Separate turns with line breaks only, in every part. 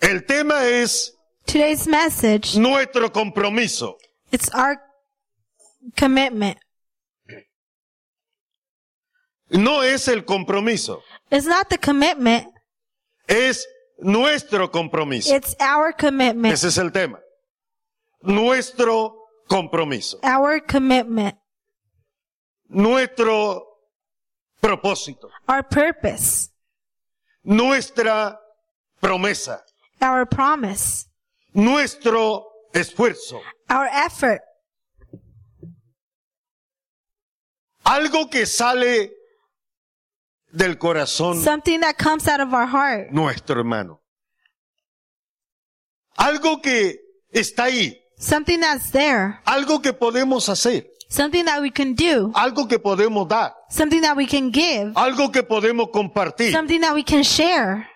El tema es
Today's message,
nuestro compromiso.
it's our commitment.
No es el compromiso,
It's not the commitment,
es nuestro compromiso.
it's our commitment.
Ese es el tema. Nuestro compromiso,
Our commitment,
nuestro propósito,
our purpose,
nuestra promesa,
our promise,
nuestro esfuerzo.
our effort.
Algo que sale del corazón
Something that comes out of our heart.
nuestro hermano. Algo que está ahí,
Something that's there.
algo que podemos hacer,
Something that we can do.
algo que podemos dar,
Something that we can give.
algo que podemos compartir
Something that we can share.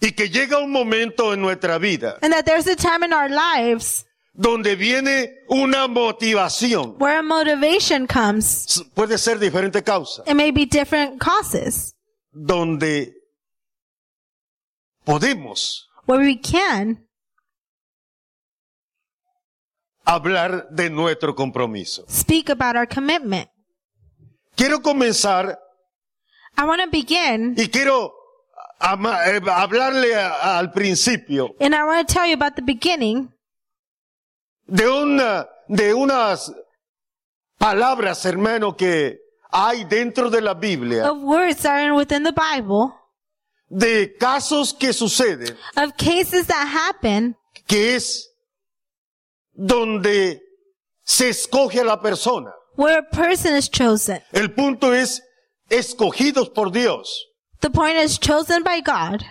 y que llega un momento en nuestra vida
And that there's a time in our lives
donde viene una motivación.
where a motivation comes.
S- Puede ser diferente causa,
It may be different causes
donde podemos
where we can
hablar de nuestro compromiso.
speak about our commitment.
Quiero comenzar
I want to begin
y quiero ama- eh, hablarle a- al principio
and I want to tell you about the beginning
de una, de unas palabras, hermano, que hay dentro de la Biblia,
of words that are within the Bible
de casos que suceden,
of cases that happen
que es donde se escoge a la persona.
where a person is chosen.
El punto es escogidos por Dios,
The point is chosen by God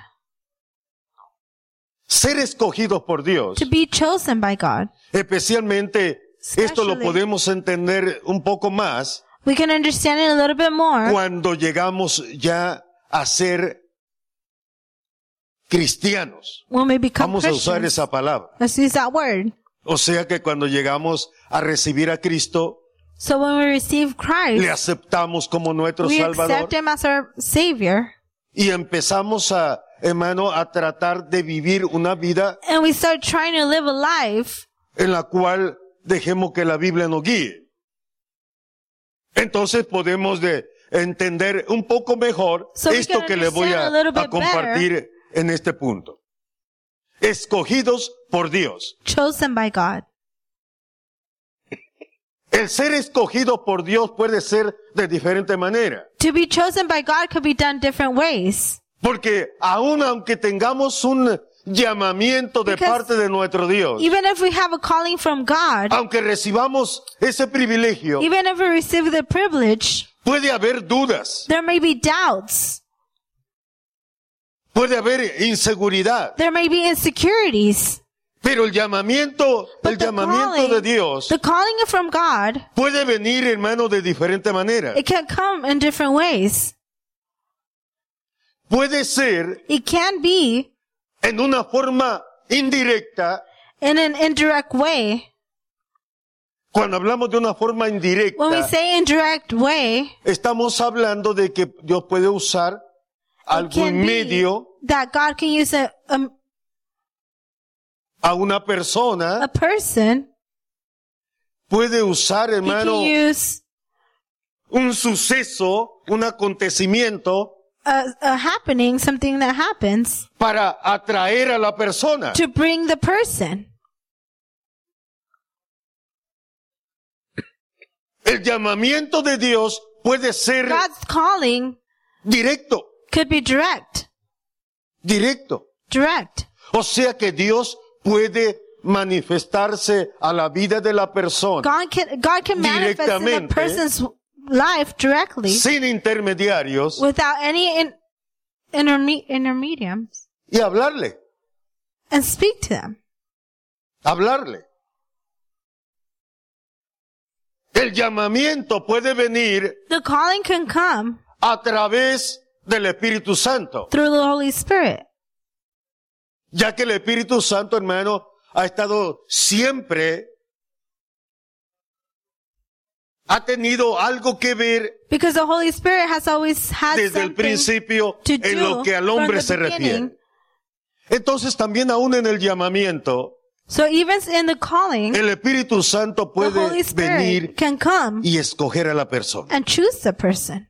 ser escogidos por Dios.
to be chosen by God.
Especialmente, esto lo
Especially.
podemos entender un poco más
We can understand it a little bit more
cuando llegamos ya a ser cristianos.
when we become
Vamos a usar
Christians.
esa palabra.
Let's use that word.
O sea que cuando llegamos a recibir a Cristo,
So when we receive
le
Christ,
aceptamos como nuestro
we
Salvador
accept Him as our Savior
y empezamos a, hermano, a tratar de vivir una vida
and we start trying to live a life
en la cual dejemos que la Biblia nos guíe. Entonces podemos de entender un poco mejor
So we
esto
can
que le voy a,
understand a little
a
bit
compartir en este punto. Escogidos por Dios.
chosen by God.
El ser escogido por Dios puede ser de diferente manera.
To be chosen by God could be done different ways.
Porque aun aunque tengamos un llamamiento de
Because
parte de nuestro Dios,
Even if we have a calling from God,
aunque recibamos ese privilegio,
even if we receive the privilege,
puede haber dudas,
there may be doubts.
puede haber inseguridad,
There may be insecurities.
pero el llamamiento, el
But the
llamamiento
calling,
de Dios
the calling from God,
puede venir, hermano, de diferente manera.
it can come in different ways.
Puede ser
It can be
en una forma indirecta.
in an indirect way.
Cuando hablamos de una forma
When we
indirecta,
say indirect way,
estamos hablando de que Dios puede usar
it can
algún
be
medio
that God can use a, a,
a una persona
a person.
puede usar,
He
hermano,
can use
un suceso, un acontecimiento
a, a happening, something that happens,
para atraer a la persona.
to bring the person.
El llamamiento de Dios puede ser
God's calling
directo,
could be direct.
directo.
Direct.
O sea que Dios puede manifestarse a la vida de la persona
God can, God can manifest in
Directamente.
a person's life directly
sin intermediarios
without any in, interme, intermediums
y hablarle,
and speak to them.
hablarle. El llamamiento puede venir
The calling can come
a través del Espíritu Santo.
through the Holy Spirit.
ya que el Espíritu Santo, hermano, ha estado siempre, ha tenido algo que ver
Because the Holy Spirit has always had
desde el
something
principio
to
en
do
lo que al
from
hombre
the
se
beginning
refiere. Entonces también aún en el llamamiento,
So even in the calling,
el Espíritu Santo
the
puede
Holy Spirit
venir
can come
y escoger a la persona.
and choose the person.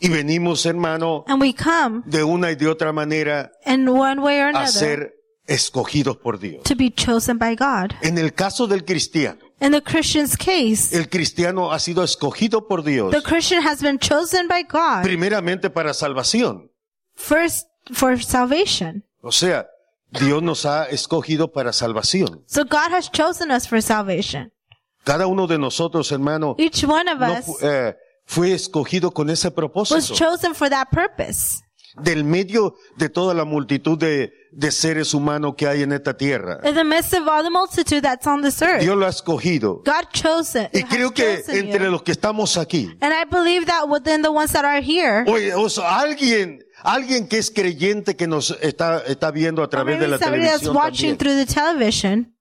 Y venimos, hermano,
And we come
de una y de otra manera
in one way or
a
another
ser escogidos por Dios.
to be chosen by God.
En el caso del cristiano,
In the Christian's case,
el cristiano ha sido escogido por Dios
the Christian has been chosen by God
primeramente para salvación.
first for salvation.
O sea, Dios nos ha escogido para salvación.
So God has chosen us for salvation.
Cada uno de nosotros, hermano,
Each one of
no
us
fu- eh, fue escogido con ese
was
propósito.
chosen for that purpose.
Del medio de toda la multitud de, de seres humanos que hay en esta tierra.
In the midst of all the multitude that's on this earth,
Dios lo ha escogido.
God chose it.
Y
has
creo que
chosen you.
entre los que estamos aquí,
And I believe that within the ones that are here,
Oye, o sea, alguien, alguien que es creyente que nos está, está viendo a
or
través de
maybe
la
somebody that's
televisión
watching
también,
through the television,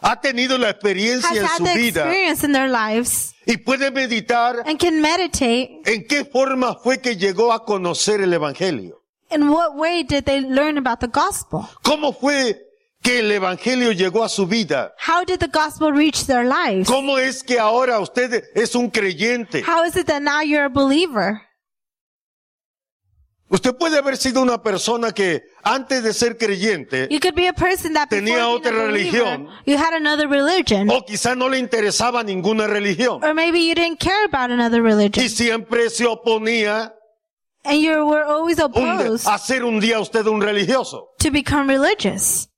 ha tenido la
has
experiencia en
had
su
the
vida
experience in their lives
y puede meditar
and can meditate.
en qué forma fue que llegó a conocer el Evangelio.
In what way did they learn about the gospel?
¿Cómo fue que el Evangelio llegó a su vida?
How did the gospel reach their lives?
¿Cómo es que ahora usted es un creyente?
How is it that now you're a believer?
Usted puede haber sido una persona que antes de ser creyente
You could be a person that before
Tenía
being a
otra
believer,
religión. Oh.
you had another religion,
o quizá no le interesaba ninguna religión
or maybe you didn't care about another religion,
y siempre se oponía
and you were always
un,
opposed
hacer un día usted un religioso.
to become religious.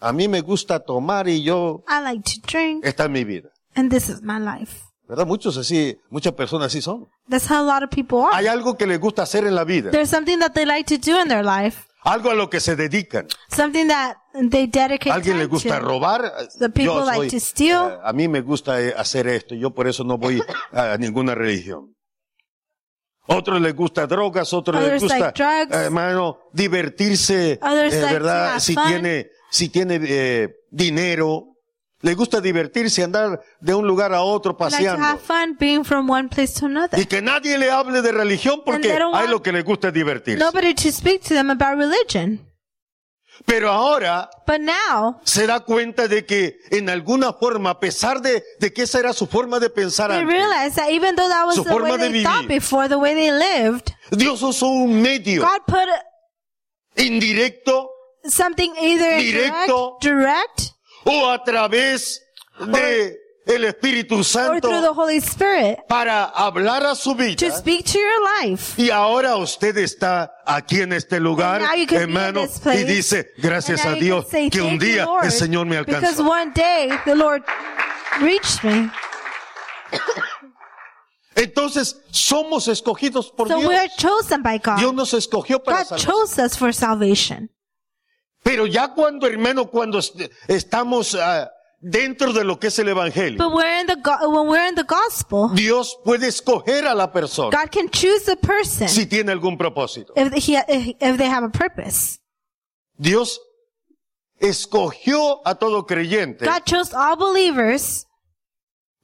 A mí me gusta tomar y yo,
I like to drink,
esta es mi vida.
and this is my life.
¿Verdad? Muchos así, muchas personas así son.
That's how a lot of people are.
Hay algo que les gusta hacer en la vida,
There's something that they like to do in their life,
algo a lo que se dedican.
something that they dedicate
alguien le
time
gusta
to.
robar.
The people
Yo
like
soy,
to steal.
eh, a mí me gusta eh, hacer esto, yo por eso no voy a, a ninguna religión. Otros les gusta drogas, otros les
Others
gusta,
like drugs.
eh, hermano, divertirse,
Others
eh,
like to
¿verdad?
have
Si
fun.
tiene, si tiene eh, dinero, les gusta divertirse, andar de un lugar a otro
They like to
paseando.
have fun being from one place to another.
Y que nadie le hable de religión porque
they don't
hay
want-
lo que les gusta es divertirse.
Nobody to speak to them about religion.
Pero ahora
But now,
se da cuenta de que en alguna forma, a pesar de, de que esa era su forma de pensar
they
antes,
realize that even though that was
Su
the way
forma de
they thought
vivir.
before, the way they lived,
Dios usó un medio
God put
indirecto
something either
Directo.
direct, direct
o a través de el Espíritu
or through the
Santo
Holy Spirit
para hablar a su
to
vida.
speak to your life.
Y ahora usted está aquí en este lugar,
And now you can be in
hermano,
this place.
y dice,
And
gracias
now
a
you
Dios
can say,
que un
"Thank you,
día
Lord,
el Señor me
Because
alcanzó.
one day the Lord reached me.
Entonces, somos escogidos por
So we
Dios.
are chosen by God.
Dios nos escogió para
God
salvación.
chose us for salvation.
Pero ya cuando, hermano, cuando est- estamos ah, dentro de lo que es el Evangelio,
But we're in the go- when we're in the gospel,
Dios puede escoger a la persona
God can choose a person
si tiene algún propósito.
if he if they have a purpose.
Dios escogió a todo creyente
God chose all believers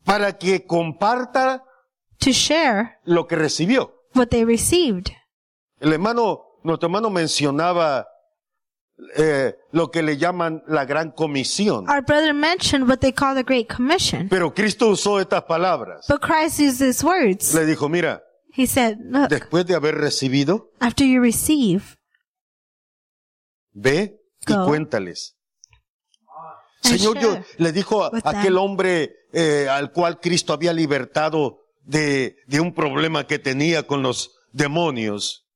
para que comparta
to share
lo que recibió.
what they received.
El hermano, nuestro hermano mencionaba eh, lo que le llaman la gran comisión.
Our brother mentioned what they call the Great Commission,
Pero Cristo usó estas palabras.
but Christ used these words.
Le dijo, mira,
He said, "Look,
después de haber recibido,
after you receive,
Ve y
Go.
cuéntales.
And
Señor, yo
share
le dijo a
with them.
aquel hombre eh, al cual Cristo había libertado de, de un problema que tenía con los demonios.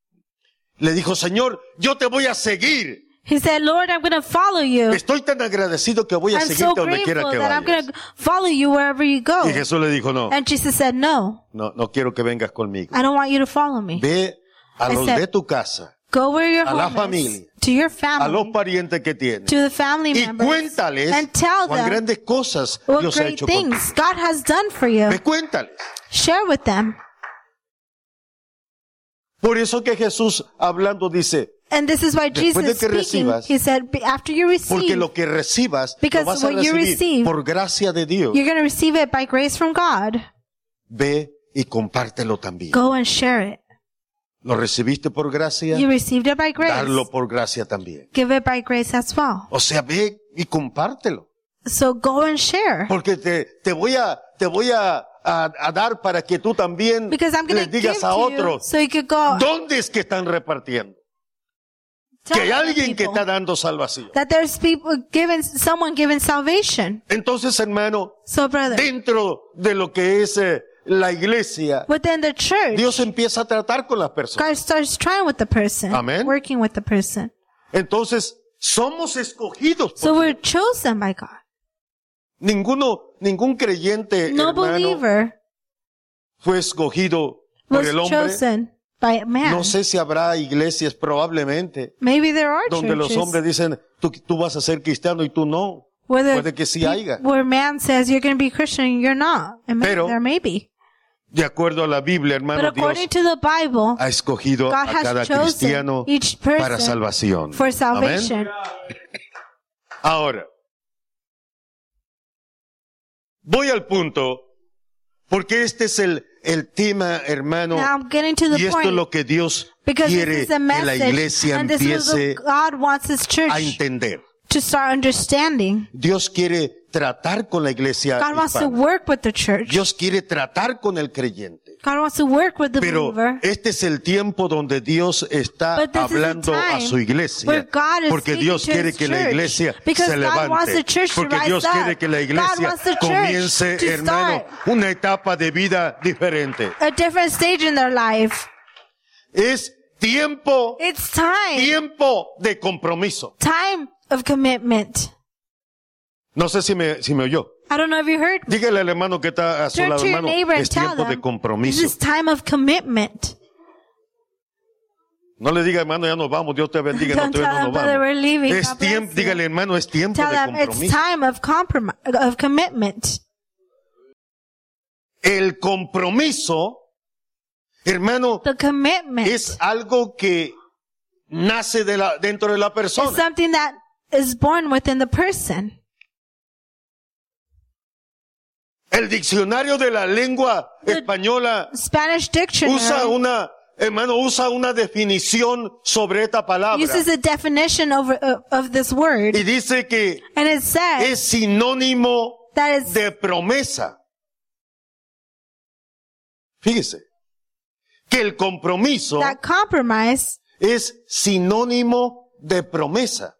Le dijo, Señor, yo te voy a seguir.
He said, Lord, I'm going to follow you.
Estoy tan agradecido que voy a
I'm so
seguirte donde quiera
grateful
que
that I'm going
vayas.
to follow you wherever you
Y
go."
Jesús le dijo, no,
And Jesus said, "No,
no, no quiero que vengas conmigo.
I don't want you to follow me.
Ve a
I
los
said-
de tu casa,
Go where your
A la
home is,
familia.
to your
a los
family,
parientes que tienes.
to the family
Y
members,
cuéntales
and tell
cuán
them
grandes cosas
what
Dios ha
great
hecho contigo.
things God has done for you.
Ve, cuéntales.
Share with them."
Por eso que Jesús hablando dice,
And this is why
Después
Jesus
de
is
que
speaking,
recibas,
he said, "Be- after you
porque
receive,
lo que recibas lo
Because
vas a
what you
recibir
receive-
por gracia de Dios.
you're going to receive it by grace from God.
Ve y compártelo también.
Go and share it.
Lo recibiste por gracia,
You received it by grace.
darlo por gracia también.
Give it by grace as well.
O sea, ve y compártelo.
So go and share.
Porque te, te voy a, te voy a, a- a dar para que tú también
Because I'm going
les
to give
digas a
to you
otros
so you could go
dónde es que están repartiendo.
tell
que hay
other
alguien que
people
está dando salvación.
that there's people given, someone given salvation.
Entonces, hermano,
So brother,
dentro de lo que es eh, la iglesia,
within the church,
Dios empieza a tratar con las personas.
God starts trying with the person.
Amen.
Working with the person.
Entonces, somos escogidos. por
So we're chosen by God.
Ninguno, ningún creyente
No
hermano,
believer
fue escogido por
was
el hombre.
chosen by man.
No sé si habrá iglesias probablemente
Maybe there are
donde los
churches
hombres dicen, tú, tú vas a ser cristiano y tú no.
where, the-
Puede que sí haya.
where man says you're going to be Christian and you're not. And maybe
Pero-
there may be.
De acuerdo a la Biblia,
But
hermano, Dios
according to the Bible,
ha escogido
God
a
has
cada
chosen
cristiano
each person
para salvación.
for
Amén.
salvation.
Ahora, voy al punto, porque este es el, el tema, hermano,
Now I'm getting to
y
the
esto es
point
lo que Dios
because
quiere
this is
que
a
la
message
iglesia
and this is
empiece
what God wants His
a
church
entender.
to start understanding.
Dios quiere tratar con la iglesia.
God wants to
hispana.
work with the church.
Dios quiere tratar con el creyente.
God wants to work with the
Pero
believer.
este es el tiempo donde Dios está
But this is the
hablando a
time
su iglesia.
where God is
Porque
speaking
Dios
to his
quiere que la
church.
iglesia
Because
se
God wants the
levante.
church to
Porque
rise
Dios
up.
quiere que la
God
iglesia
wants the church
comience,
to
hermano,
start.
una etapa de vida diferente.
a different stage in their life.
Es tiempo,
It's time.
tiempo de compromiso.
Time of commitment.
No sé si me, si me oyó.
I don't know if you heard me.
Dígale al hermano que está a su
Turn
lado,
to your
hermano,
neighbor and
es
tell
tiempo
them
de
this
compromiso.
is time of commitment.
No le diga, hermano, ya nos vamos, Dios te bendiga, no,
Don't
todavía
tell
no nos
them, brother, we're
vamos.
leaving.
Es
God bless
tiempo,
you.
dígale, hermano, es tiempo
Tell
de
them it's
compromiso.
time of compromise, of commitment.
El compromiso, hermano,
The commitment
es algo que nace de la, dentro de la
is
persona.
something that is born within the person.
El diccionario de la lengua
The-
española
Spanish dictionary
usa una, hermano, usa una definición sobre esta palabra.
uses a definition over, of, uh, of this word,
Y dice que
and it says
es sinónimo
that it's
de promesa. Fíjese que el compromiso
that compromise
es sinónimo de promesa.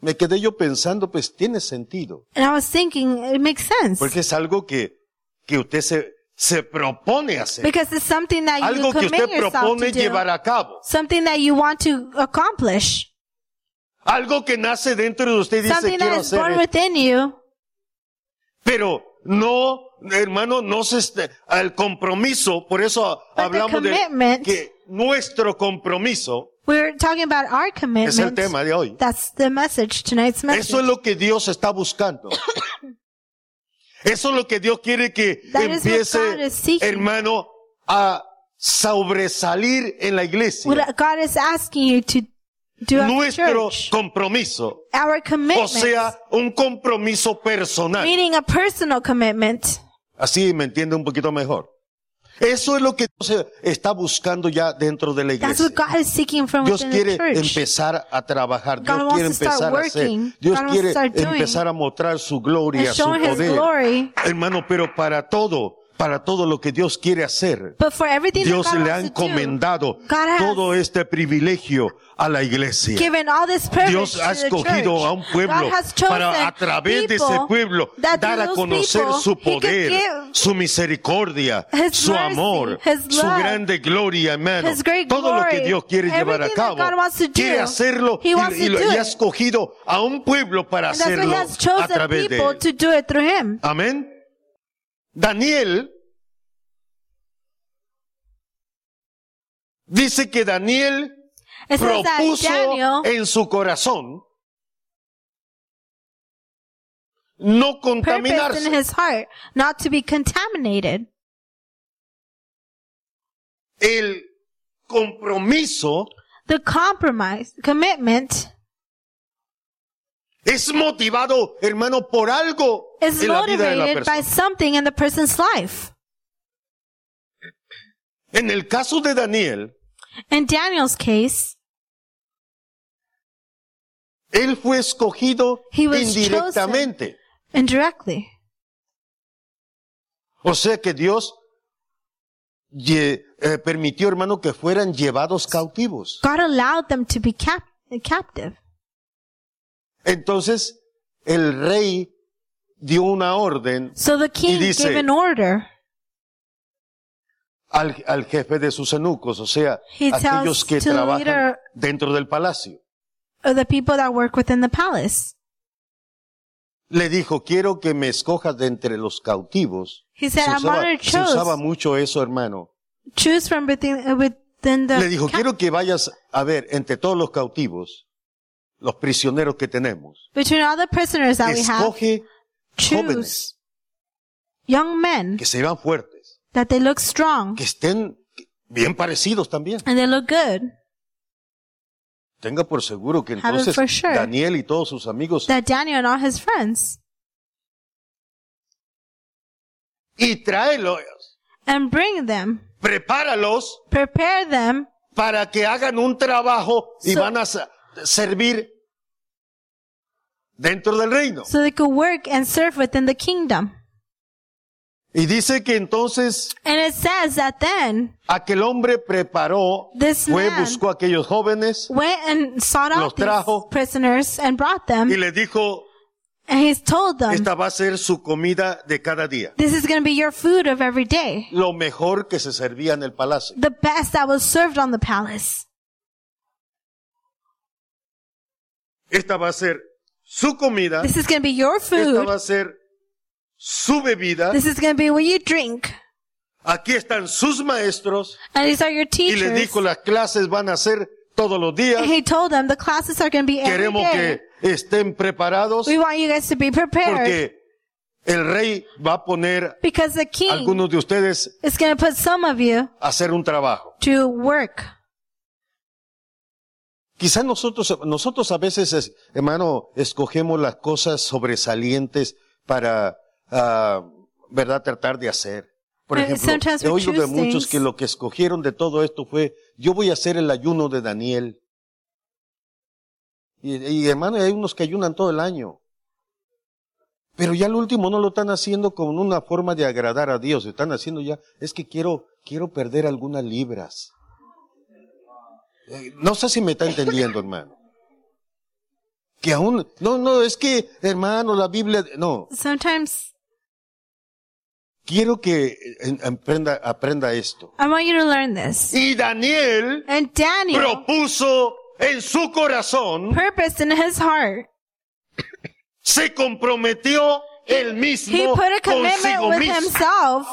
Me quedé yo pensando, pues tiene sentido,
And I was thinking, it makes sense.
porque es algo que, que usted se, se propone hacer,
because it's something that you
algo que
commit
usted
yourself to
propone
do.
llevar a cabo,
Something that you want to accomplish.
algo que nace dentro de usted y dice
Something
quiero
that is
hacer
born
esto".
within you.
Pero no, hermano, no se este, al compromiso, por eso
the
hablamos de
commitment-
que nuestro compromiso
We're talking about our commitment.
es el tema de hoy.
That's the message, tonight's message.
Eso es lo que Dios está buscando. Eso es lo que Dios quiere que
That is what God
empiece,
is seeking.
hermano, a sobresalir en la iglesia.
What God is asking you to do at the
Nuestro
church.
compromiso.
Our
O
commitment.
sea, un compromiso personal.
meaning a personal commitment.
Así me entiende un poquito mejor. Eso es lo que Dios está buscando ya dentro de la
That's
iglesia.
what God is seeking from
Dios
within
quiere
the church.
empezar a trabajar, Dios
God wants
quiere
to start
empezar a hacer,
working.
Dios
God wants
quiere
to start doing.
empezar a mostrar su gloria,
and
su
showing His
poder.
glory.
Hermano, pero para todo, para todo lo que Dios quiere hacer,
But for everything
Dios
that God
le ha
wants to do,
encomendado
God has
todo este privilegio a la iglesia.
given all this privilege
Dios ha
to the
escogido
church.
a un pueblo
God has chosen
para a través de ese
people
pueblo
that
dar a
through those
conocer
people
su
he could
poder,
give
su misericordia,
his
su
mercy,
amor,
his
su
love,
grande gloria, hermano.
his great
Todo lo que
glory,
Dios quiere llevar a
everything that
cabo,
God wants to do,
quiere hacerlo
he
y,
wants
y
to
lo-
do
y ha
it.
escogido a un pueblo para
And that's why He
hacerlo
has
a
chosen
través de
people
él.
to do it through Him.
Amén. Daniel dice que Daniel
It says that
propuso
Daniel
en su corazón no
purposed in
contaminarse.
his heart not to be contaminated.
El compromiso
The compromise, commitment
es motivado, hermano, por algo
is
en la vida de la
motivated by
persona.
something in the person's life.
En el caso de Daniel,
In Daniel's case,
él fue escogido
He was
indirectamente.
indirectly,
O sea que Dios lle- eh, permitió, hermano, que fueran llevados cautivos.
God allowed them to be cap- captive.
Entonces, el rey dio una orden
So the king
dice-
gave an order.
al, al jefe de sus eunucos, o sea,
He tells
aquellos que
to the
trabajan
leader-
dentro del palacio.
of the people that work within the palace.
Le dijo, quiero que me escojas de entre los cautivos.
He
Se
said, I
usaba,
want to
se usaba
choose.
mucho eso, hermano.
Choose from within, uh, within the
Le dijo,
cap-
quiero que vayas a ver entre todos los cautivos, los prisioneros que tenemos.
between all the prisoners that we have.
Escoge
Choose
jóvenes
young men
que se vean fuertes,
that they look strong
que estén bien parecidos también.
and they look good.
Tenga por seguro que
Have it
entonces
for sure.
Daniel y todos sus amigos
That Daniel and all his friends
y tráelos,
and bring them,
prepáralos
prepare them
para que hagan un trabajo y
So-
van a sa- servir dentro del reino.
so they could work and serve within the kingdom.
Y dice que entonces
And it says that then
aquel hombre preparó,
This
fue,
man-
buscó a aquellos jóvenes
went and sought
Los
out
trajo.
these prisoners and brought them,
y les dijo,
and he's told them,
esta va a ser su comida de cada día.
this is going to be your food of every day.
Lo mejor que se servía en el palacio.
the best that was served on the palace.
Esta va a ser su comida,
This is going to be your
esta va
food.
a ser su bebida.
This is going to be what you drink.
Aquí están sus maestros
And these are your
y les
teachers.
dijo, las clases van a ser todos los días.
And he told them the classes are going to be every
Queremos
day.
que estén preparados.
We want you guys to be prepared
Porque el rey va a poner
because the
a
king
algunos de ustedes
is going to put some of you
a hacer un trabajo.
to work.
Quizás nosotros, nosotros a veces, es- hermano, escogemos las cosas sobresalientes para, ah, ¿verdad?, tratar de hacer. Por
Eh,
ejemplo,
sometimes
he
we
oído de
choose
muchos
things.
que lo que escogieron de todo esto fue, yo voy a hacer el ayuno de Daniel. Y, y, hermano, hay unos que ayunan todo el año. Pero ya al último no lo están haciendo con una forma de agradar a Dios. Están haciendo ya, es que quiero, quiero perder algunas libras. Eh, No sé si me está entendiendo, hermano. Que aún, no, no, es que, hermano, la Biblia, no,
Sometimes
quiero que eh, en- aprenda, aprenda esto.
I want you to learn this.
Y Daniel
And Daniel
propuso en su corazón,
purposed in his heart.
se comprometió él
He
mismo
put a commitment
consigo
with
mismo.
himself,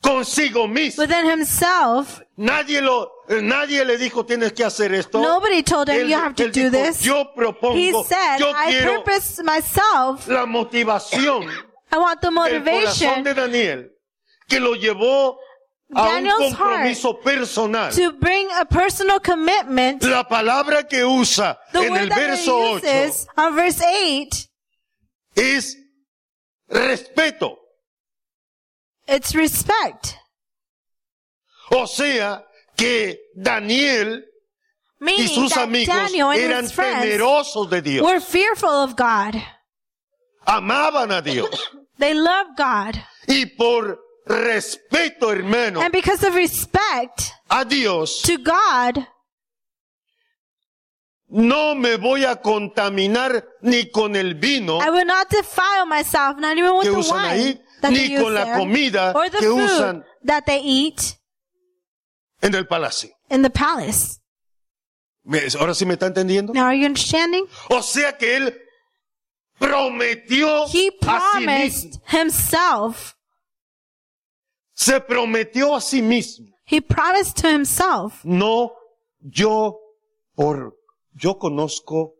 Consigo mismo.
within himself.
Nadie lo, eh, nadie le dijo tienes que hacer esto.
Nobody told him
Él-
you have to
él
do
dijo,
this.
Yo propongo,
He said,
yo
I
quiero
purpose myself.
la motivación
I want the
del corazón
motivation
de Daniel que lo llevó a un
Daniel's
compromiso personal.
to bring a personal commitment.
La palabra que usa
The
en el
word that
verso
it
8
uses on verse 8,
es respeto.
it's respect.
O sea, que Daniel y
Meaning
sus
that
amigos
Daniel and
eran
his friends
temerosos de Dios,
were fearful of God.
amaban a Dios.
They loved God.
Y por respeto, hermano,
And because of respect
a Dios,
to God,
no me voy a contaminar ni con el vino
I will not defile myself, not even with
que
the
usan
wine
ahí,
that they
ni
use
con la
there,
comida
or the
que
food
usan
that they eat
en el palacio.
in the palace.
¿Me- ¿Ahora sí me está entendiendo?
Now, are you understanding?
O sea que él prometió
He
a sí mismo.
promised himself.
Se prometió a sí mismo.
He promised to himself.
No, yo por yo conozco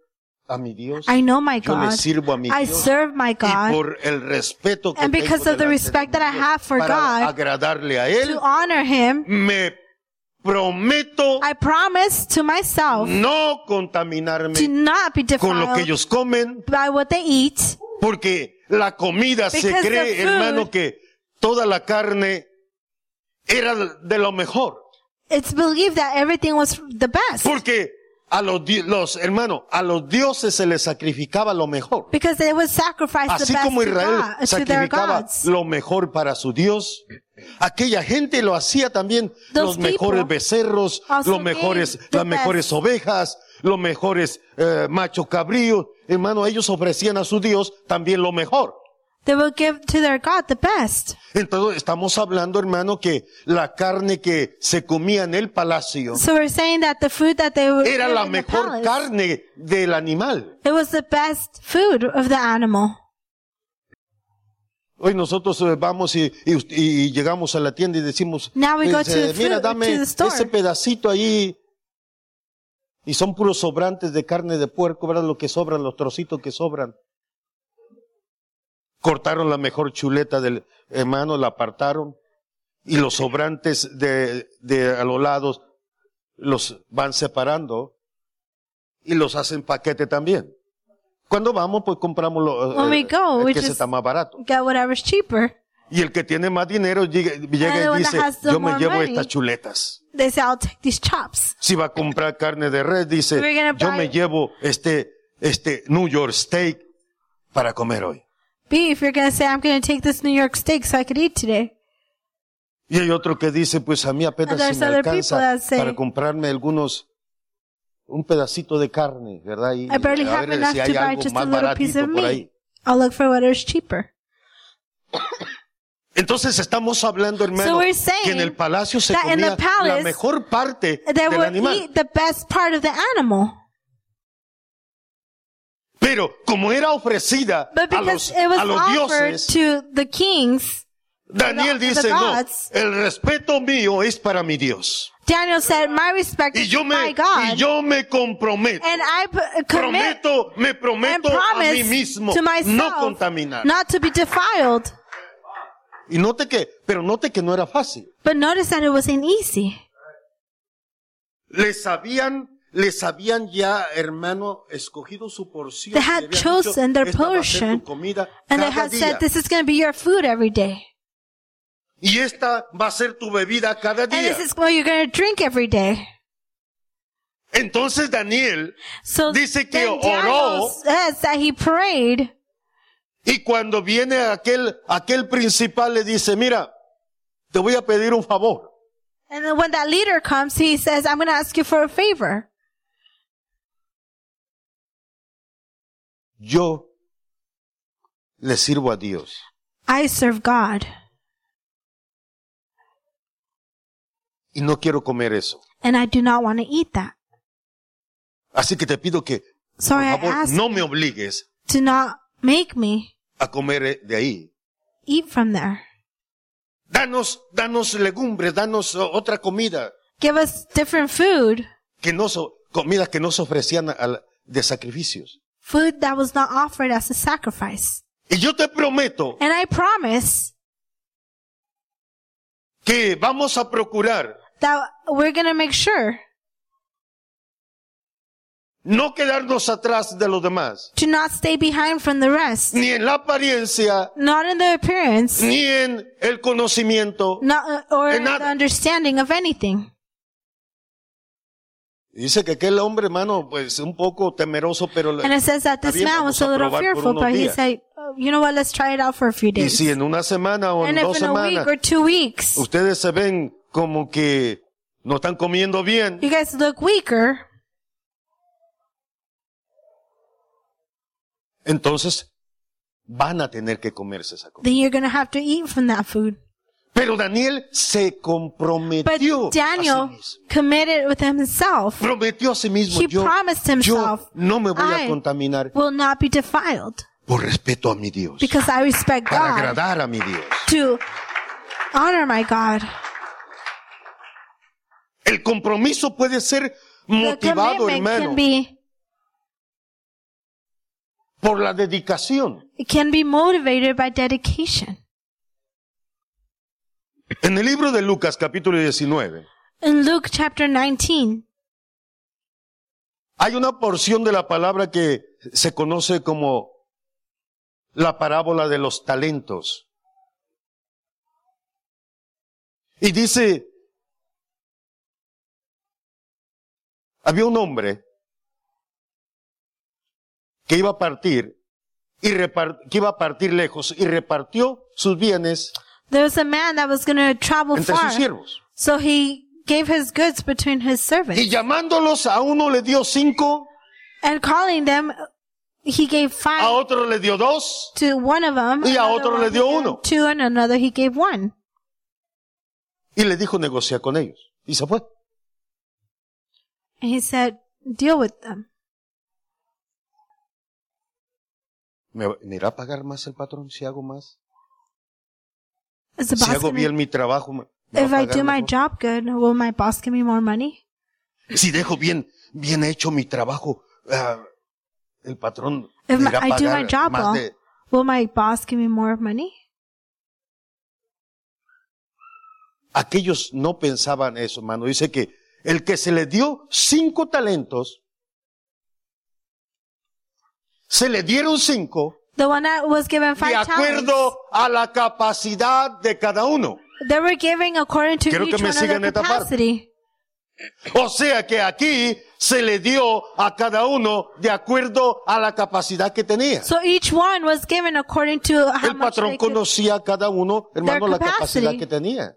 a mi Dios.
I know my
Yo le
God.
sirvo a mi
I
Dios.
serve my
y
God
por el respeto que
And
tengo
because of
delante
the
de
respect that I
Dios
have for
para
God,
agradarle a él,
to honor him.
me prometo
I promise to myself
no
to
contaminarme
not be
Mm, con lo que
defiled
ellos comen,
by what they eat
porque la comida se
Because the
cree,
food-
hermano, que toda la carne era de lo mejor.
It's believed that everything was the best
Porque a los, di- los hermanos, a los dioses se les sacrificaba lo mejor.
because they would sacrifice the
Así
best
como
to,
Israel
God, to their
sacrificaba
gods.
lo mejor para su Dios, aquella gente lo hacía también los
Those
mejores
people
becerros,
also
los mejores,
gave the
las mejores ovejas, los mejores eh, machos cabríos. Hermano, ellos ofrecían a su Dios también lo mejor.
They would give to their God the best.
Entonces estamos hablando, hermano, que la carne que se comía en el palacio
So we're saying that the food that they would
era
give
la
in the
mejor
palace,
carne del animal.
It was the best food of the animal.
Hoy nosotros eh, vamos y, y us- y llegamos a la tienda y decimos,
Now we go
dice,
to the
mira,
fruit-
dame
to the store."
ese pedacito ahí. Y son puros sobrantes de carne de puerco, ¿verdad? Lo que sobran, los trocitos que sobran. Cortaron la mejor chuleta del hermano, la apartaron. Y los sobrantes de, de a los lados los van separando y los hacen paquete también. Cuando vamos, pues compramos lo
When we
eh,
go,
el
we
que se
just-
está más barato.
Get whatever's cheaper.
Y el que tiene más dinero llega, llega
And the
y
one that
dice,
has the
yo me
more
llevo
money."
estas chuletas.
They say, I'll take these chops.
Si va a comprar carne de res, dice,
We're gonna
yo
buy-
me llevo este, este New York steak para comer hoy.
B, if you're going to say, I'm going to take this New York steak so I could eat today.
Y hay otro que dice, pues a mí apenas
And
se
there's
me
other people
alcanza
that say-
para comprarme algunos, un pedacito de carne, ¿verdad? Y
I barely
a
have
ver
enough
si
to
hay
buy
algo
just a
más
little piece
baratito
of
por
meat.
ahí.
I'll look for whatever's cheaper.
Entonces estamos hablando, hermano,
we're saying
que en el palacio se
that in the
comía la
palace
mejor parte
They
del
would
animal.
eat the best part of the animal.
Pero como era ofrecida
But
a
because
los,
it was
a los
offered
dioses,
to the kings,
Daniel
the- the
dice, no,
gods.
el respeto mío es para mi Dios.
Daniel said, my respect
Y
is
yo
to
me,
my God.
y yo me comprometo.
and I p- commit
Prometo, me
and
prometo a
promise
mí mismo
to myself
no contaminar.
not to be defiled.
Y note que, pero note que no era fácil.
But notice that it wasn't easy.
Les habían, les habían ya, hermano, escogido su porción.
They
y
had
habían dicho,
chosen their
"Esta va a ser tu
portion,
comida
And
cada
they had
día,
said, this is going to be your food every day.
y esta va a ser tu bebida cada
And
día.
this is what you're going to drink every day.
Entonces Daniel
So
Dice que
then Daniel
oró.
says that he prayed.
Y cuando viene aquel, aquel principal le dice, mira, te voy a pedir un favor.
And then when that leader comes, he says, I'm going to ask you for a favor.
Yo le sirvo a Dios.
I serve God
Y no quiero comer eso.
and I do not want to eat that.
Así que te pido que,
So
por
I
favor,
asked
no me obligues
to not make me
a comer eh, de ahí.
eat from there.
Danos, danos legumbres, danos oh, otra comida
Give us different food,
que no, so- comidas que no se ofrecían al- de sacrificios.
food that was not offered as a sacrifice.
Y yo te prometo
And I promise
que vamos a procurar
that we're going to make sure
no quedarnos atrás de los demás,
to not stay behind from the rest.
ni en la apariencia,
Not in the appearance,
ni en el conocimiento.
not, or
En
in
nada.
the understanding of anything.
Dice que aquel hombre, hermano, pues un poco temeroso, pero
And
le,
it says that this
Está bien,
man
vamos
was a
a
little
probar por
fearful,
unos
but he
días.
said, "Oh, you know what, let's try it out for a few
y
days.
si en una semana o en
And
dos
if in a
semanas
week or two weeks,
ustedes se ven como que no están comiendo bien,
you guys look weaker,
entonces van a tener que comerse esa comida.
then you're going to have to eat from that food.
Pero Daniel se
But
comprometió a
Daniel
sí mismo.
committed with himself.
Prometió a sí mismo,
He
yo,
promised
yo
himself,
no me voy a
I
contaminar
will not be defiled
por respeto a mi Dios,
because I respect
para
God
agradar a mi Dios.
to honor my God.
El compromiso puede ser
The
motivado,
commitment
hermano,
can be,
por la dedicación.
it can be motivated by dedication.
En el libro de Lucas, capítulo 19,
In Luke chapter 19,
Hay una porción de la palabra que se conoce como la parábola de los talentos. Y dice, había un hombre que iba a partir y repar- que iba a partir lejos y repartió sus bienes
There was a man that was going to travel
entre
far.
sus siervos.
So he gave his goods between his
Y
servants.
llamándolos a uno le dio cinco,
And calling them, he gave
a
five
otro le dio dos.
to one of them.
Y a
another
otro
one
le
he
dio
gave
uno.
Two and another he gave one.
Y le dijo negocia con ellos. Y se fue.
And he said, deal with them.
¿Me, me irá a pagar más el patrón si hago más?
Is the
Si
boss
hago
gonna-
bien mi trabajo, me- me va a
if I
pagar
do my
mejor?
job good, will my boss give me more money?
Si dejo bien, bien hecho mi trabajo, ah, el patrón me
If my,
irá a
I do my
pagar
job
más
well,
de...
will my boss give me more money?
Aquellos no pensaban eso, hermano. Dice que el que se le dio cinco talentos, se le dieron cinco
The one that was given
de
five talents,
acuerdo a la capacidad de cada uno.
they were giving according to
Quiero que
each
me
one of
sigan
their
esta parte.
capacity.
O sea que aquí se le dio a cada uno de acuerdo a la capacidad que tenía.
So each one was given according to how
El
much
patrón
they could-
conocía a cada uno, hermano, la
capacity.
capacidad que tenía.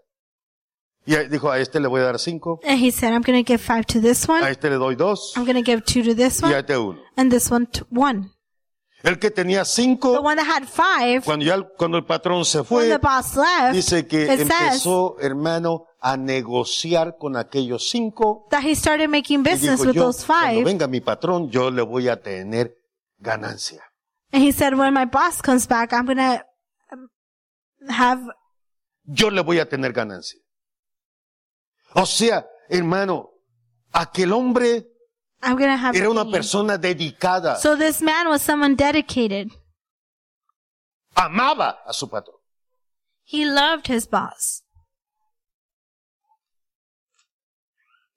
Y él dijo, a este le voy a dar cinco,
And he said, I'm going to give five to this
a
one.
este le doy dos
I'm going to give two to this
y a
one.
este uno.
And this one, to one.
El que tenía
The
cinco,
one that had five,
cuando ya el- cuando el patrón se
when
fue,
the boss left,
dice que
it says
empezó, hermano, a negociar con aquellos cinco.
that he started making
Y
business
dijo,
with
yo,
those
cuando
five.
venga mi patrón, yo le voy a tener ganancia.
And he said, when my boss comes back, I'm going to have,
Yo le voy a tener ganancia. O sea, hermano, aquel hombre
I'm going to have.
era una
gain."
persona dedicada,
So this man was someone dedicated.
amaba a su patrón.
He loved his boss.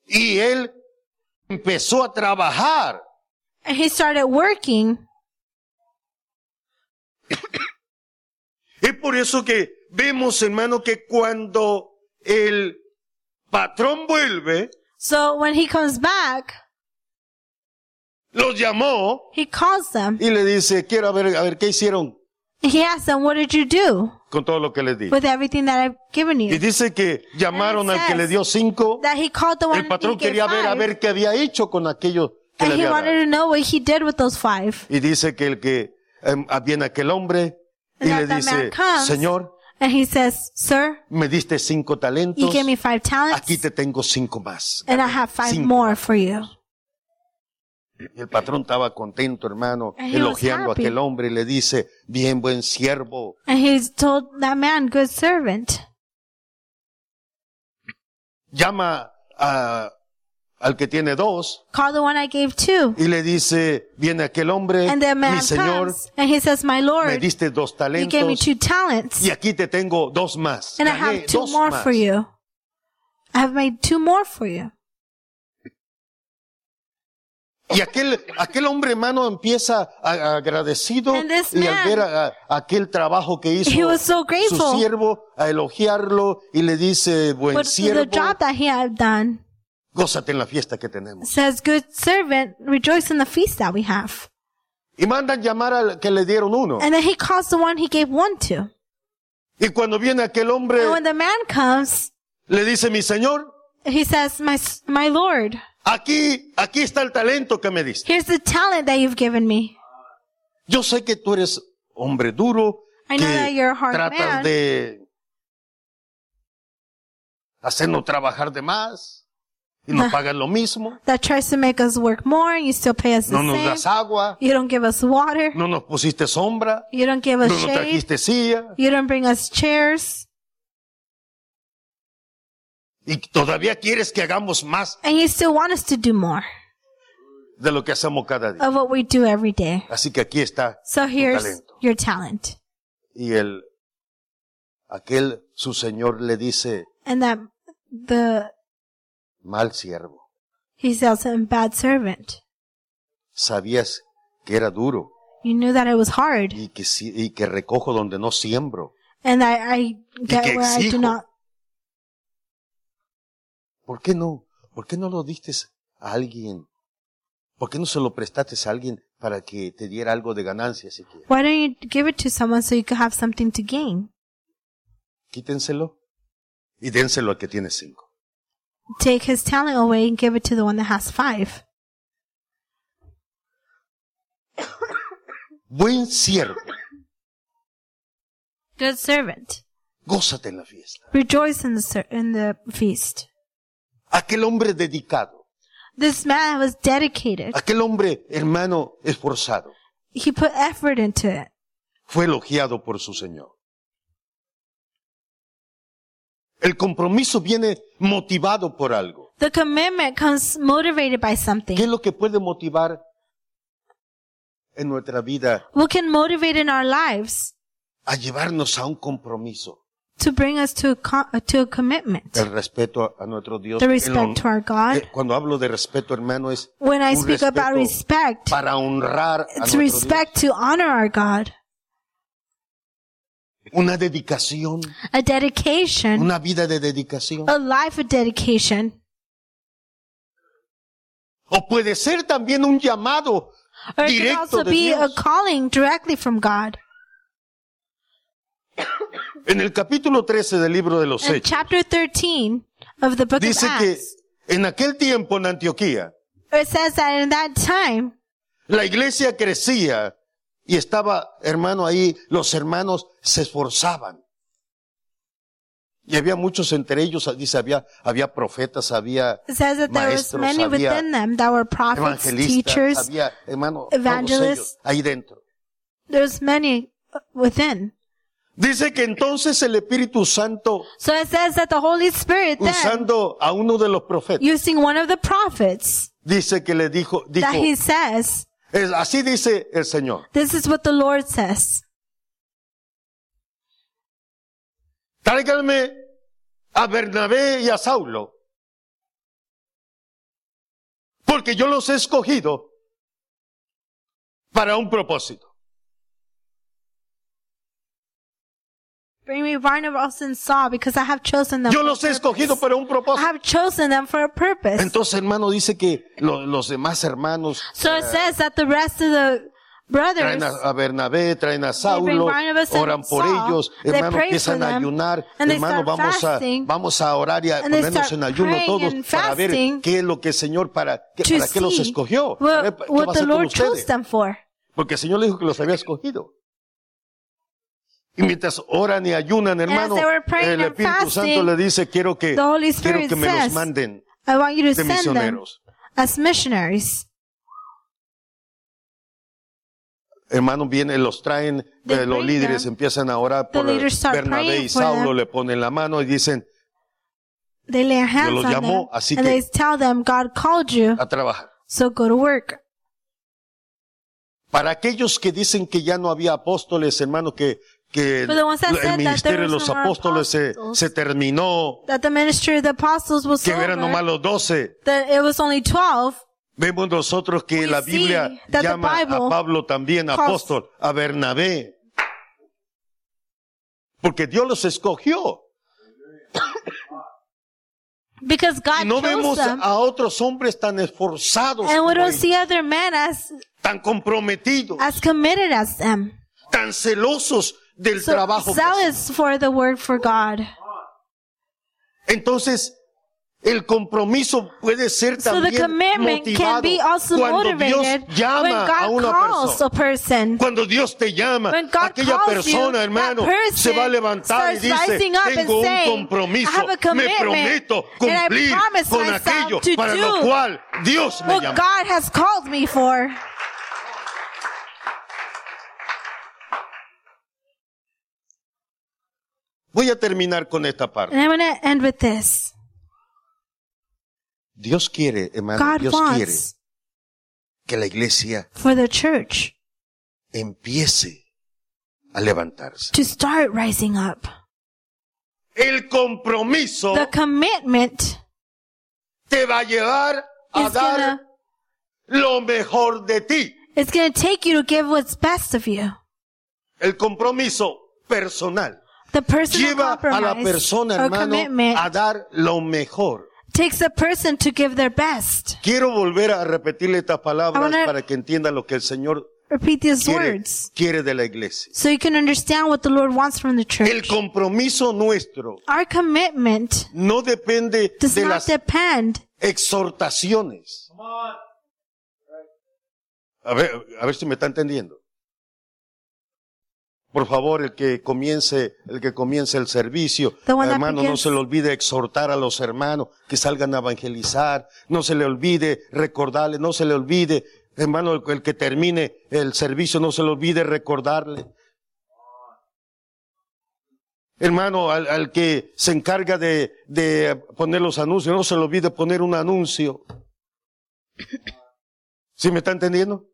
Y él empezó a trabajar
And he started working.
Es por eso que vemos, hermano, que cuando el patrón vuelve,
So when he comes back,
los llamó
he calls them.
y le dice, quiero ver, a ver, ¿qué hicieron
He asks them, what did you do
con todo lo que les di?
with everything that I've given
Y
you?
dice que llamaron al que le dio cinco.
That he called the one
El
that he
patrón
gave
quería ver a
five,
ver qué había hecho con aquello que le
and he
había
wanted
dado.
to know what he did with those five.
Y dice que el que em, viene aquel hombre y
And
le
that
dice,
man comes.
Señor,
And he says, sir,
me diste cinco
you
talentos,
gave me five
aquí
talents,
te tengo cinco más.
and I have five
Cinco
more
más.
for you.
Y el patrón estaba contento, hermano,
And he was
elogiando a
happy.
aquel hombre y le dice, bien buen siervo.
And he told that man, good servant.
Llama a- al que tiene dos
Call the one I gave two.
y le dice, viene aquel hombre,
And the man
mi señor,
comes, and he says,
me
my lord,
diste dos
you gave me
talentos
two talents,
y aquí te tengo dos más.
and I
Gané
have two
dos
more
más".
for you. I have made two more for you.
Y aquel, aquel hombre, hermano, empieza a- a- agradecido
And this
y al
man-
ver a- a- aquel trabajo que hizo
He was so
su
grateful.
siervo, a elogiarlo y le dice, buen
But the
siervo,
job that he had done
gózate en la fiesta que tenemos.
says, good servant, rejoice in the feast that we have.
Y mandan llamar al que le dieron uno.
And then he calls the one he gave one to.
Y cuando viene aquel hombre,
And when the man comes,
le dice, mi señor,
he says, my, s- my Lord,
aquí, aquí está el talento que me diste.
here's the talent that you've given me.
Yo sé que tú eres hombre duro,
I
que
know that you're a hard
tratas
man.
de hacernos trabajar de más y nos
Nah.
pagas lo mismo,
That tries to make us work more and you still pay us the
no nos
same.
das agua,
You don't give us water.
no nos pusiste sombra,
You don't give
no
us
nos
shade.
trajiste silla
You don't bring us chairs.
y todavía quieres que hagamos más
And you still want us to do more
de lo que hacemos cada día.
of what we do every day.
Así que aquí está
So here's
talento.
your talent.
y el aquel su señor le dice
And that the,
mal siervo
he says, I'm a bad servant.
sabías que era duro
You knew that it was hard.
y que si- y que recojo donde no siembro
and I, I get
que
where I do
exijo.
not
¿Por qué no? ¿Por qué no lo diste a alguien? ¿Por qué no se lo prestaste a alguien para que te diera algo de ganancia siquiera?
Why don't you give it to someone so you can have something to gain?
Quítenselo y dénselo al que tiene cinco.
Take his talent away and give it to the one that has five.
Buen siervo,
Good servant.
gózate en la fiesta.
Rejoice in the, ser- in the feast.
Aquel hombre dedicado,
This man was dedicated.
aquel hombre hermano esforzado,
He put effort into it.
fue elogiado por su Señor. El compromiso viene motivado por algo.
The commitment comes motivated by
¿Qué es
something.
lo que puede motivar en nuestra vida
What can motivate in our lives
a llevarnos a un compromiso?
to bring us to a, co- uh, to a commitment?
El respeto a, a nuestro Dios.
The
el
respect
hon-
to our God.
eh, Cuando hablo de respeto, hermano, es
When I
un
speak about
respeto
respect,
para honrar a
it's
nuestro
respect to honor our God.
Dios. Una dedicación,
A dedication.
una vida de dedicación.
A life of dedication.
O puede ser también un llamado
Or it could
Directo
also
de
be a
Dios.
calling directly from God.
En el capítulo 13 del libro de los
In
Hechos,
chapter 13 of the book of
dice que
Acts,
en aquel tiempo en Antioquía,
it says that in that time,
la iglesia crecía y estaba, hermano, ahí, los hermanos se esforzaban. Y había muchos entre ellos, dice, había, había profetas, había
it says that there was
Maestros,
many
había
within them that were prophets,
evangelistas,
teachers.
había, hermano, todos
evangelists.
ellos ahí dentro.
There's many within.
Dice que entonces el Espíritu Santo,
So it says that the Holy Spirit then,
usando a uno de los profetas,
using one of the prophets,
dice que le dijo, dijo,
that he says,
es- así dice el Señor.
this is what the Lord says.
Tráiganme a Bernabé y a Saulo, porque yo los he escogido para un propósito.
Bring me Barnabas and Saul because I have chosen them.
Yo
for a
los he escogido
purpose.
para un
I
propósito.
have chosen them for a purpose.
Entonces, hermano, dice que lo- los demás hermanos
So it says that the rest of the brothers,
traen a, a Bernabé, traen a
bring
Saulo,
Barnabas and
oran por
Saul,
ellos,
they
hermano,
pray
empiezan
for
a
them,
ayunar,
and they
hermano,
start
vamos a,
fasting,
vamos a orar y a
and they
ponernos
start
en ayuno
praying
todos
and
para ver
fasting
qué es lo que el Señor, para, qué,
to
para qué los
see
escogió,
what-
para ver qué va a
what the
hacer con
Lord chose
ustedes.
them for.
Porque el Señor le dijo que los había escogido. Y mientras oran y ayunan, hermano,
they were praying
el
and
Espíritu Santo
fasting,
le dice, quiero que,
the Holy
quiero
Spirit
que me los
says,
manden
I want you to
de
send them
misioneros.
as missionaries.
Hermano, vienen, los traen,
They
eh, los
bring
líderes
them.
empiezan a orar
The
por
leaders start
Bernabé
praying
y
for
Saulo,
them.
le ponen la mano y dicen,
They lay hands
los
on them,
llamó, así
and
que-
they tell them, God called you,
a trabajar.
so go to work.
Para aquellos que dicen que ya no había apóstoles, hermano, que, que
But the ones that said
el
that
ministerio
there
de
was
los
no more
apóstoles se,
apostles.
se terminó,
That the ministry of the apostles was
que eran nomás
over,
los doce,
that it was only 12,
Vemos nosotros que
We
la
see
Biblia
that the
llama a
Bible
Pablo también
calls-
apóstol, a Bernabé. Porque Dios los escogió.
because
Y
God
no
chose
vemos
them.
a otros hombres tan esforzados,
And we
como
don't
ellos,
see other men as,
tan comprometidos,
as committed as them.
tan celosos del
So
trabajo. que hacen.
zealous for the word for God.
Entonces, el compromiso puede ser
So the
también
commitment
motivado
can be also
cuando
motivated
Dios llama
when
a
God
una
calls
persona.
a person.
Cuando Dios te llama,
When God
aquella
calls you,
persona,
that
hermano,
person
se va a levantar y
starts
dice,
rising up and
tengo un
saying,
compromiso,
"I have a
me
commitment,
prometo
and I
cumplir
promise
con
myself
aquello
to
para lo
do
cual Dios me
What
llama.
God has called me for.
Voy a terminar con esta parte.
And I'm going to end with this.
Dios quiere, hermano,
God
Dios quiere
wants
que la iglesia
for the church
empiece a levantarse.
to start rising up.
El compromiso
The commitment
te va a llevar a
is going
dar
to
lo mejor de ti.
it's going to take you to give what's best of you.
El compromiso personal
The personal
lleva a la
compromise
persona,
or
hermano,
commitment
a dar lo mejor
takes a person to give their best.
Quiero volver a repetirle estas palabras
wanna-
para que entienda lo que el Señor
Repeat these
quiere,
words
quiere de la iglesia.
so you can understand what the Lord wants from the
El
church.
compromiso nuestro
Our commitment
no depende
does
de
not
las
depend.
exhortaciones. A ver, a ver si me está entendiendo. Por favor, el que comience, el que comience el servicio,
The one that
hermano, no
begins-
se le olvide exhortar a los hermanos que salgan a evangelizar, no se le olvide recordarle, no se le olvide, hermano, el, el que termine el servicio, no se le olvide recordarle. Hermano, al, al que se encarga de, de poner los anuncios, no se le olvide poner un anuncio. ¿Sí me está entendiendo?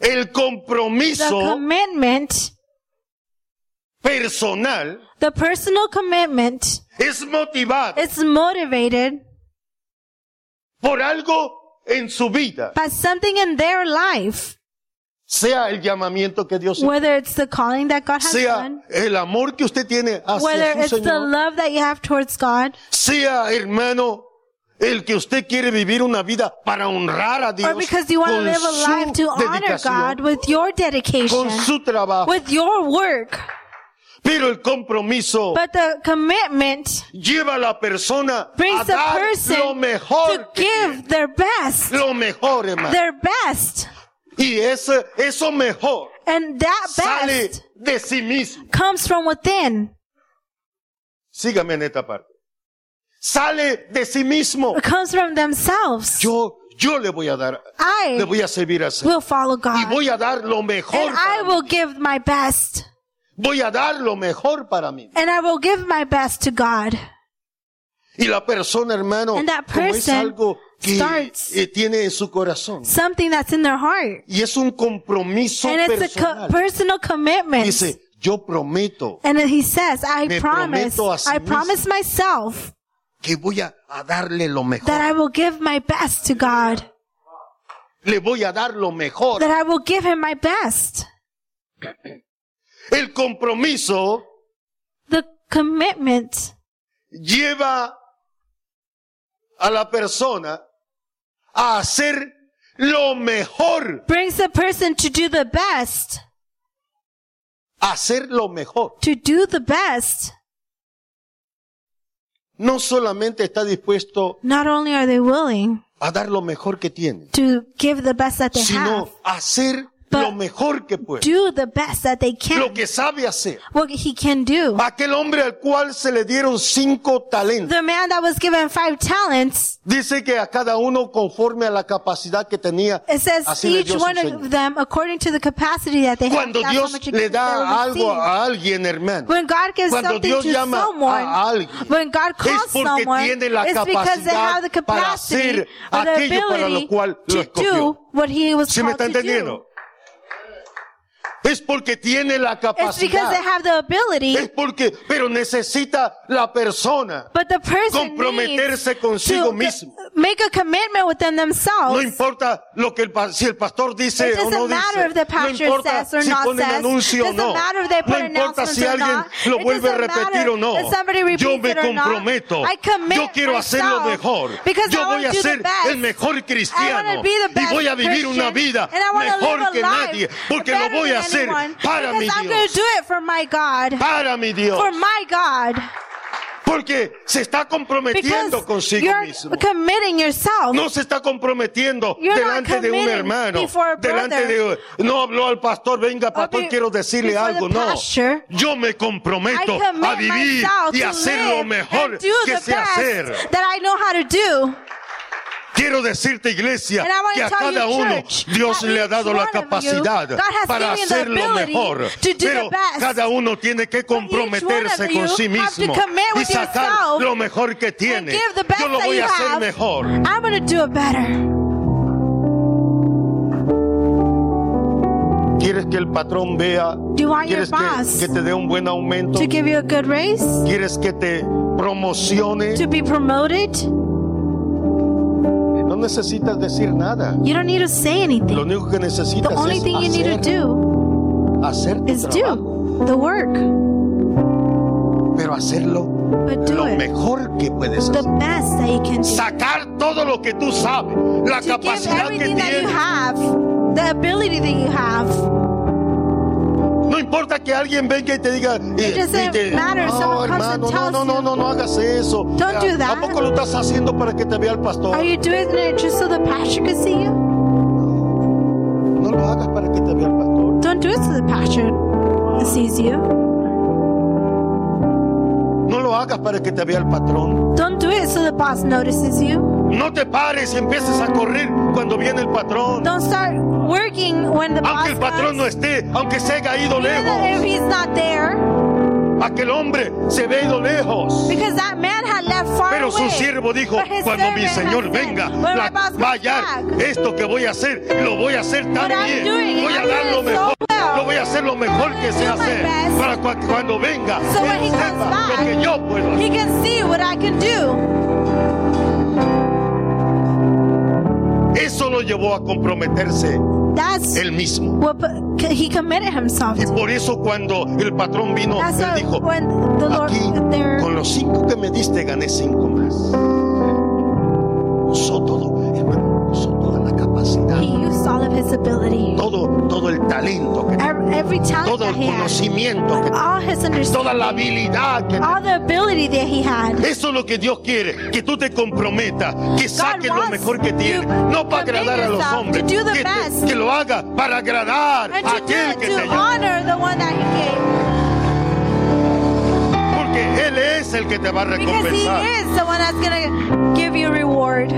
El
The
compromiso
commitment,
personal
the personal commitment,
es motivado
is motivated
por algo en su vida,
by something in their life,
sea el llamamiento que Dios
whether it's the calling that God has
sea
done,
el amor que usted tiene
whether
hacia
it's
su
the
Señor,
love that you have towards God,
sea hermano el que usted quiere vivir una vida para honrar a Dios
or because you want to
con
live a
su
life to honor
dedicación,
God with your dedication,
con su trabajo,
with your work.
pero el compromiso
But the commitment
lleva a la persona a
brings the
dar
person
lo
to
mejor, que tiene,
give their best,
lo mejor hermano,
their best.
y ese, eso mejor
And that
sale
best
de sí mismo.
comes from within,
Sígame en esta parte. Sale de sí mismo.
it comes from themselves.
Yo, yo le voy a dar, le
I
voy a servir a Señor.
will follow
Y
God.
voy a dar lo mejor.
And I
Para mí.
will give my best.
Voy a dar lo mejor para mí.
And I will give my best to God.
Y la persona, hermano,
And that
como es
person
algo que
starts-
eh, tiene en su corazón.
Something that's in their heart.
Y es un compromiso
And it's a co-
personal.
personal commitment.
Dice, yo prometo
And then he says, I
Me
promise,
prometo a sí
I
mismo
promise myself
que voy a, a darle lo
that
mejor.
I will give my best to God.
Le voy a dar lo mejor.
That I will give him my best.
El compromiso
The commitment
lleva a la persona a hacer lo mejor,
brings the person to do the best,
hacer lo mejor.
to do the best.
No solamente está dispuesto
Not only are they willing
a dar lo mejor que tiene,
to give the best that they have,
sino hacer
But
lo mejor que puede,
do the best that they
lo
can,
que sabe hacer.
what he can do.
Aquel hombre al cual se le dieron cinco talentos,
The man that was given five talents,
dice que a cada uno conforme a la capacidad que tenía,
it says
así le
each
dio su
one
Señor.
of them according to the capacity that they have.
Cuando
that's how
Dios
much
le
they will
da algo
receive.
a alguien, hermano,
When God gives
Cuando
something
Dios
to
llama
someone,
a alguien,
when God
es
calls
porque
someone,
tiene la
it's because they
capacidad
have the
para
capacity
hacer
or the
aquello para lo
ability
cual lo
to do
escogió.
what he was
¿Sí me
called
está
to do.
entendiendo? Es porque tiene la
It's because they
capacidad.
have the ability,
Es porque, pero necesita la persona
but the person needs
comprometerse consigo
to
mismo.
make a commitment within
No
themselves.
importa lo que el, pa- si el pastor dice
It
o no
doesn't
dice.
matter if the
No
pastor
importa
says or
si
not
pone un
says.
anuncio o
Doesn't
no.
matter if they put
No importa
announcements
si
or
alguien
not.
lo
It
vuelve a
doesn't
repetir o no.
matter if somebody
Yo
repeats
me
it or not.
comprometo.
I commit
Yo quiero hacer lo
myself
mejor.
because I
Yo
wanna
voy a
do the
ser
best.
el mejor cristiano.
be the
Y
best
voy a vivir una
Christian,
vida
and I wanna live
mejor
a
que
life
nadie. Porque lo
better
voy a
than
hacer
anyone,
para mi
because I'm going
Dios.
to do it for my God.
Para mi Dios.
For my God.
Porque se está comprometiendo
Because
consigo
you're
mismo.
committing yourself.
No se está comprometiendo
You're not
delante de un
committing
hermano,
before a
delante de no habló al pastor, venga pastor,
be-
quiero decirle
before the
algo, no.
pastor.
Yo me comprometo
I commit
a vivir
myself
y
to
hacer
live
lo mejor
and do
que
the
sé
best
hacer.
That I know how to do.
Quiero decirte iglesia
And I want
que
to
a
tell
cada
you,
uno
church,
Dios
that
le ha
each
dado
one
la
of you,
capacidad
God has
para
given you the
hacer lo
ability
mejor.
to do the
Pero
best.
cada uno tiene que
one of
comprometerse
you
con sí
have to
mismo
commit
y
with
sacar
yourself
lo mejor que
and
tiene.
give the best
Yo lo
that
voy
you
a hacer
have.
mejor.
I'm going to do it better.
¿Quieres que el patrón vea?
Do you want your
¿Quieres
boss
que, que te dé un buen aumento?
to give you a good raise?
¿Quieres que te promocione?
To be promoted?
No necesitas decir nada.
You don't need to
Lo
say anything.
único que necesitas
The only
es
thing you need
hacer,
to do
hacer tu
is
trabajo,
do the work,
pero hacerlo
But do
lo
it.
mejor que puedes
The
hacer.
best that you can do.
Sacar todo lo que tú sabes, la
To give
capacidad que
everything that you
tienes.
have, the ability that you have.
No importa que alguien venga y te diga, eh,
It doesn't
y te-
matter if
no,
someone comes
hermano,
and
no,
tells
no, no,
you.
no, no hagas eso.
Don't do that.
¿A poco lo estás haciendo para que te vea el pastor?
Are you doing it just so the pastor can see you?
No lo hagas para que te vea el pastor.
Don't do it so the pastor sees you.
No lo hagas para que te vea el patrón.
Don't do it so the boss notices you.
No te pares y empieces a correr cuando viene el patrón.
Don't start working when the boss
Aunque el patrón
comes.
no esté, aunque se haya ido
Even
lejos,
if he's not there,
aquel hombre se ve ido lejos.
because that man had left far
Pero su
away.
siervo dijo,
But his
cuando mi
servant had
Señor
said,
venga,
when my
la-
boss comes
va a hallar
back,
esto que voy a hacer, lo voy a hacer tan
What I'm
bien,
doing,
voy a
I'm
dar
doing
lo
so
mejor,
well.
lo voy a hacer lo mejor que sé
do my
hacer,
best.
para cua- cuando venga,
So when
él
he comes
sepa lo
back,
que yo puedo hacer.
he can see what I can do.
Eso lo llevó a comprometerse
That's
él mismo.
what p- he committed himself
Y
to.
por eso cuando el patrón vino,
That's
él
what,
dijo,
when the Lord
Aquí,
there.
con los cinco que me diste, gané cinco más. Usó todo, hermano, usó toda la capacidad,
He used all of his ability,
todo, todo el talento, que-
every, every talent
todo
that
el
he had,
conocimiento, que-
all his
toda la
understanding,
habilidad. que-
all the ability that he had.
eso es lo que Dios quiere, que tú te comprometas, que
God
saques lo
wants
mejor que
you
tienes, no para
commit
agradar a los
yourself to
hombres,
do the
que, te-
best.
que lo hagas para agradar
And
a
to do
aquel
it,
que
to
te llama,
honor the one that he gave.
porque Él es el que te va a
Because he
recompensar.
is the one that's going to give you reward.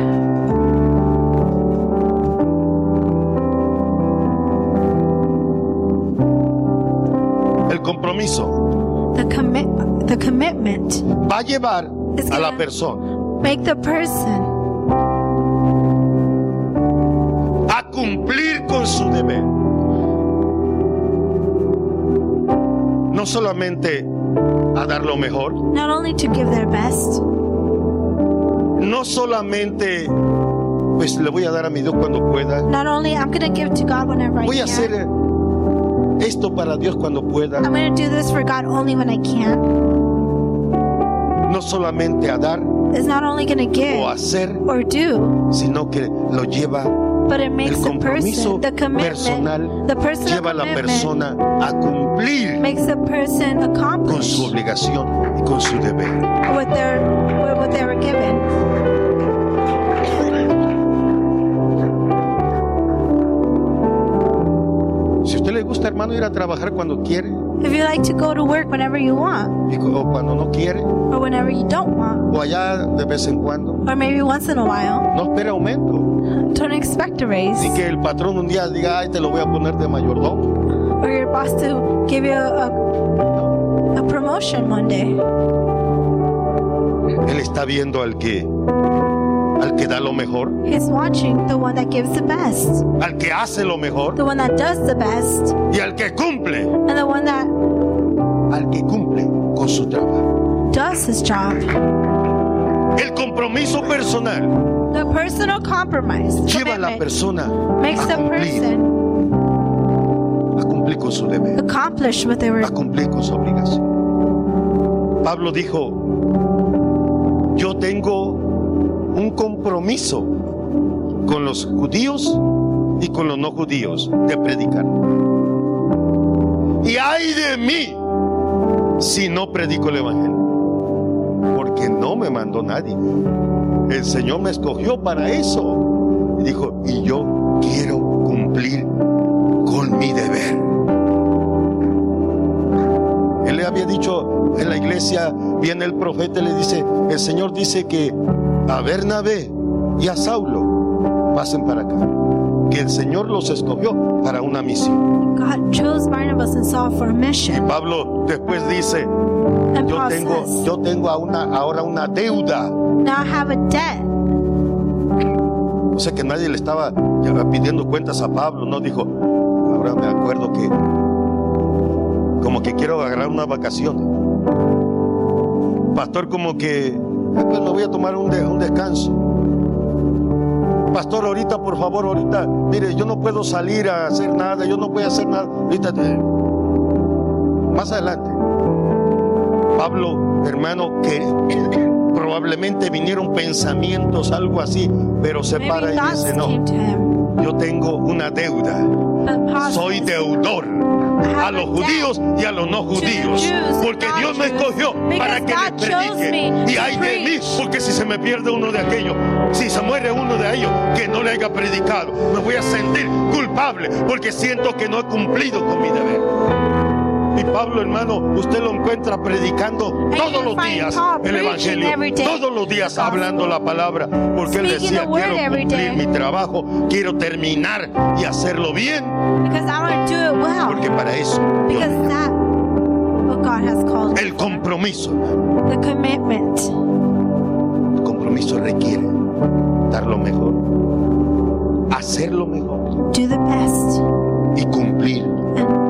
El compromiso
The commit, the commitment,
va a llevar
Es que
a la
la-
persona
make the person
a cumplir con su deber. No solamente a dar lo mejor,
not only to give their best.
no solamente, pues le voy a dar a mi Dios cuando pueda,
Not only I'm going to give to God whenever I
voy a
can.
hacer esto para Dios cuando pueda,
I'm going to do this for God only when I can.
no solamente a dar
It's not only going to give
o hacer,
or do,
sino que lo lleva,
but it makes the
compromiso
person, the commitment,
personal
the personal
lleva a la
commitment
persona a cumplir
makes the person
con
accomplish
su obligación y con su deber.
what they're what, what they were given.
Si a usted le gusta, hermano, ir a trabajar cuando quiere
If you like to go to work whenever you want,
y cu- o cuando no quiere,
or whenever you don't want,
o allá de vez en cuando,
or maybe once in a while,
no espera aumento.
don't expect a raise,
Ni que el patrón un día diga, ay, te lo voy a poner de mayordomo.
or your boss to give you a, a, a promotion one day.
Él está viendo al que, al que da lo mejor,
He's watching the one that gives the best,
al que hace lo mejor
the one that does the best,
y al que cumple,
and the one that
al que cumple con su trabajo.
does his job.
El compromiso personal
The personal compromise
lleva a la
commitment
persona
makes
a
the
cumplir,
person
a cumplir con su deber.
accomplish what they were.
a cumplir con su obligación. Pablo dijo, yo tengo un compromiso con los judíos y con los no judíos de predicar. Y ay de mí si no predico el Evangelio, porque no me mandó nadie. El Señor me escogió para eso. Y dijo, y yo quiero cumplir con mi deber. Él le había dicho en la iglesia, viene el profeta y le dice, el Señor dice que a Bernabé y a Saulo pasen para acá. Que el Señor los escogió para una misión.
God chose Barnabas and Saul for a mission.
Pablo después dice,
And
yo
Paul
tengo,
says,
yo tengo a una, ahora una deuda.
now I have a debt.
O sea que nadie le estaba ya pidiendo cuentas a Pablo, no dijo, ahora me acuerdo que como que quiero agarrar una vacación. Pastor, como que "Ah, pues me voy a tomar un, de- un descanso. Pastor, ahorita, por favor, ahorita, mire, yo no puedo salir a hacer nada, yo no voy a hacer nada. Ahorita, te- más adelante. Pablo, hermano, que probablemente vinieron pensamientos, algo así, pero se
Maybe
para y
thoughts
dice, no,
came to him.
yo tengo una deuda,
But Paul
soy
says,
deudor a
have
los
a
judíos y a los no
the
judíos,
Jews and
porque Dios me
non-Jews,
escogió para
because
que les
God chose me
predique. Y
to
hay de mí,
preach.
porque si se me pierde uno de aquellos, si se muere uno de ellos que no le haya predicado, me voy a sentir culpable porque siento que no he cumplido con mi deber. Y Pablo, hermano, usted lo encuentra predicando
And
todos
you
los
find
días
Paul
el
preaching
Evangelio,
every day
todos los días
the gospel.
hablando la palabra, porque él
Speaking
decía,
the word
quiero
every
cumplir mi
day."
trabajo, quiero terminar y hacerlo bien,
Because I want to do it well.
porque para eso Dios
Because that what God has called me
El
for.
compromiso, hermano,
the commitment.
el compromiso requiere dar lo mejor, hacer lo mejor
Do the best
y cumplir
and